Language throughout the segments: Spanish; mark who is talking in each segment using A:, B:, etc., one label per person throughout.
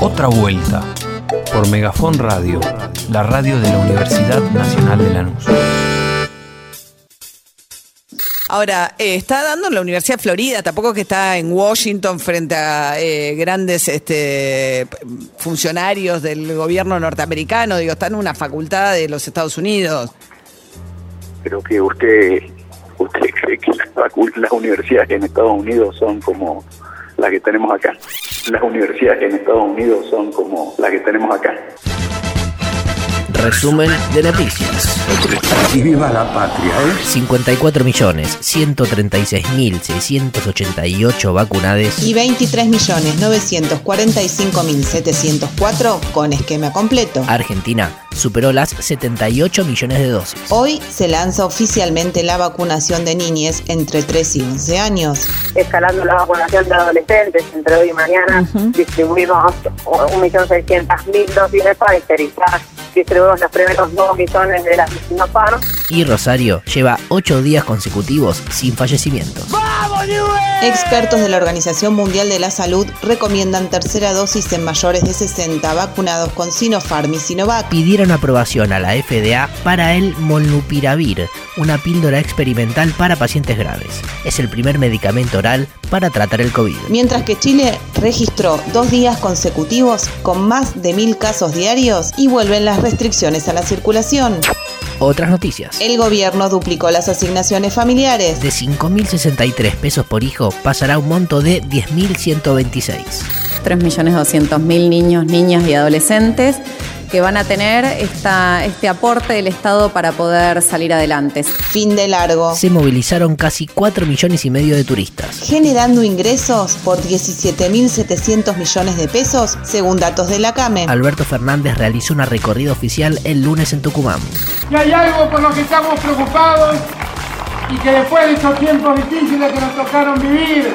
A: Otra vuelta por Megafón Radio, la radio de la Universidad Nacional de Lanús.
B: Ahora, eh, está dando en la Universidad de Florida, tampoco que está en Washington frente a eh, grandes este, funcionarios del gobierno norteamericano, digo, está en una facultad de los Estados Unidos.
C: Pero que usted, usted cree que las, facu- las universidades en Estados Unidos son como las que tenemos acá. Las universidades en Estados Unidos son como las que tenemos acá.
D: Resumen de noticias.
E: Y viva la patria, ¿eh?
D: 54.136.688
F: y
D: vacunades
F: 23.945.704 con esquema completo.
D: Argentina superó las 78 millones de dosis.
F: Hoy se lanza oficialmente la vacunación de niñes entre 3 y 11 años.
G: escalando la vacunación de adolescentes entre hoy y mañana. Distribuimos 1.600.000 dosis de Pfizer y ya distribuimos los primeros 2 millones de las Sinopharm.
D: Y Rosario lleva 8 días consecutivos sin fallecimientos.
F: Expertos de la Organización Mundial de la Salud recomiendan tercera dosis en mayores de 60 vacunados con Sinopharm y Sinovac.
D: Pidieron aprobación a la FDA para el molnupiravir, una píldora experimental para pacientes graves. Es el primer medicamento oral para tratar el COVID.
F: Mientras que Chile registró dos días consecutivos con más de mil casos diarios y vuelven las restricciones a la circulación.
D: Otras noticias.
F: El gobierno duplicó las asignaciones familiares.
D: de 5.063 pesos por hijo pasará a un monto de 10.126.
H: 3.200.000 niños, niñas y adolescentes que van a tener esta, este aporte del Estado para poder salir adelante.
F: Fin de largo.
D: Se movilizaron casi 4 millones y medio de turistas.
F: Generando ingresos por 17.700 millones de pesos, según datos de la CAME.
D: Alberto Fernández realizó una recorrida oficial el lunes en Tucumán.
I: que hay algo por lo que estamos preocupados y que después de estos tiempos difíciles que nos tocaron vivir,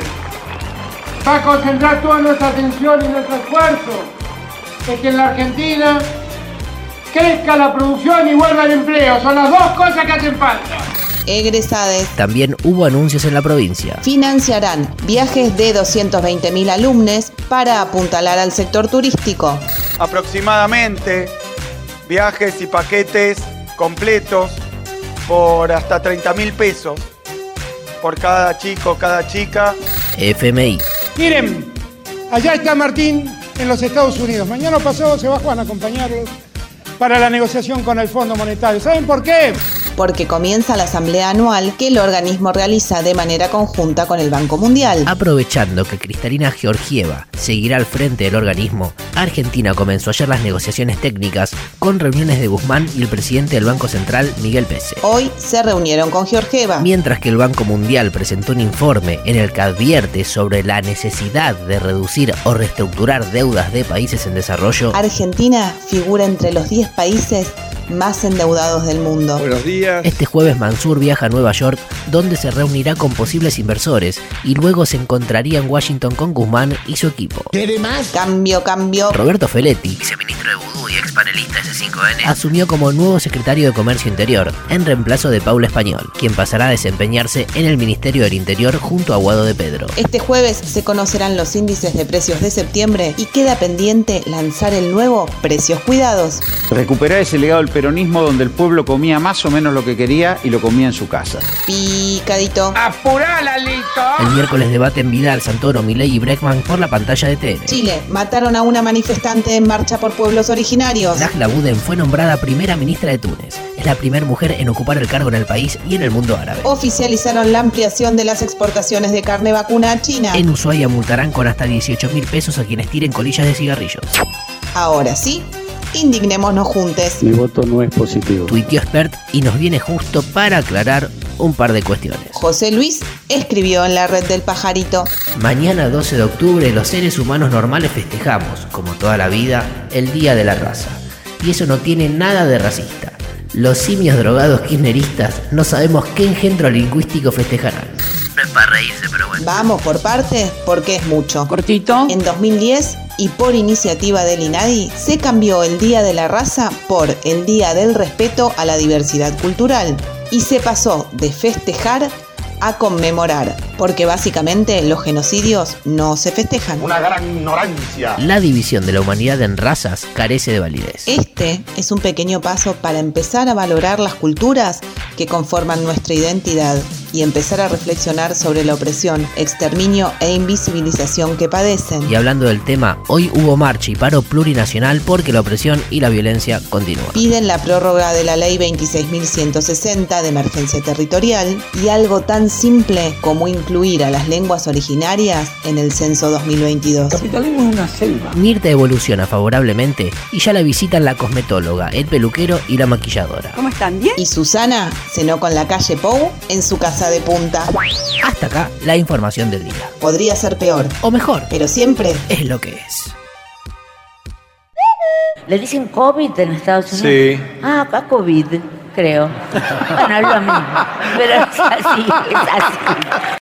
I: va a concentrar toda nuestra atención y nuestro esfuerzo en que en la Argentina crezca la producción y vuelva el empleo. Son las dos cosas que hacen falta.
F: Egresades.
D: También hubo anuncios en la provincia.
F: Financiarán viajes de 220.000 alumnos para apuntalar al sector turístico.
J: aproximadamente viajes y paquetes completos por hasta 30 mil pesos por cada chico, cada chica.
D: FMI.
I: Miren, allá está Martín en los Estados Unidos. Mañana o pasado se va Juan a acompañarlos para la negociación con el Fondo Monetario. ¿Saben por qué?
F: porque comienza la asamblea anual que el organismo realiza de manera conjunta con el Banco Mundial.
D: Ah. Aprovechando que Cristalina Georgieva seguirá al frente del organismo, Argentina comenzó ayer las negociaciones técnicas con reuniones de Guzmán y el presidente del Banco Central, Miguel Pese.
F: Hoy se reunieron con Georgieva.
D: Mientras que el Banco Mundial presentó un informe en el que advierte sobre la necesidad de reducir o reestructurar deudas de países en desarrollo,
F: Argentina figura entre los 10 países más endeudados del mundo.
D: este jueves Mansur viaja a Nueva York, donde se reunirá con posibles inversores y luego se encontraría en Washington con Guzmán y su equipo.
F: Cambio, cambio.
D: Roberto Feletti, viceministro de Vudú y expanelista S5N, asumió como nuevo secretario de Comercio Interior, en reemplazo de Paula Español, quien pasará a desempeñarse en el Ministerio del Interior junto a Guado de Pedro.
F: Este jueves se conocerán los índices de precios de septiembre y queda pendiente lanzar el nuevo Precios Cuidados.
K: Recuperar ese legado del peronismo donde el pueblo comía más o menos lo que quería y lo comía en su casa. Ah.
F: Picadito.
D: El miércoles debaten Vidal, Santoro, Milei y Breckman por la pantalla de TN.
F: Chile, mataron a una manifestante en marcha por pueblos originarios.
D: Najla Buden fue nombrada primera ministra de Túnez. Es la primera mujer en ocupar el cargo en el país y en el mundo árabe.
F: Oficializaron la ampliación de las exportaciones de carne vacuna a China.
D: En Ushuaia multarán con hasta 18 mil pesos a quienes tiren colillas de cigarrillos.
F: Ahora sí, indignémonos juntes.
E: Mi voto no es positivo.
D: Tuiteó Expert y nos viene justo para aclarar un par de cuestiones.
F: José Luis escribió en la red del pajarito.
D: Mañana 12 de octubre los seres humanos normales festejamos, como toda la vida, el Día de la Raza. Y eso no tiene nada de racista. Los simios drogados kirchneristas no sabemos qué engendro lingüístico festejarán. No es para reírse, pero bueno.
F: Vamos por parte porque es mucho.
H: Cortito.
F: En 2010, y por iniciativa del INADI, se cambió el Día de la Raza por el Día del Respeto a la Diversidad Cultural y se pasó de festejar a conmemorar, porque básicamente los genocidios no se festejan.
L: Una gran ignorancia.
D: La división de la humanidad en razas carece de validez.
F: Este es un pequeño paso para empezar a valorar las culturas que conforman nuestra identidad y empezar a reflexionar sobre la opresión, exterminio e invisibilización que padecen.
D: Y hablando del tema, hoy hubo marcha y paro plurinacional porque la opresión y la violencia continúan.
F: Piden la prórroga de la ley 26.160 de emergencia territorial y algo tan simple como incluir a las lenguas originarias en el censo 2022.
E: Capitalismo es una selva.
D: Mirta evoluciona favorablemente y ya la visitan la cosmetóloga, el peluquero y la maquilladora.
M: ¿Cómo están? ¿Bien?
F: Y Susana cenó con la calle Pou en su casa de punta.
D: Hasta acá la información del día.
F: Podría ser peor.
D: O mejor.
F: Pero siempre
D: es lo que es.
N: ¿Le dicen COVID en Estados Unidos?
J: Sí.
N: Ah, acá COVID, creo. bueno, es lo mismo. Pero es así, es así.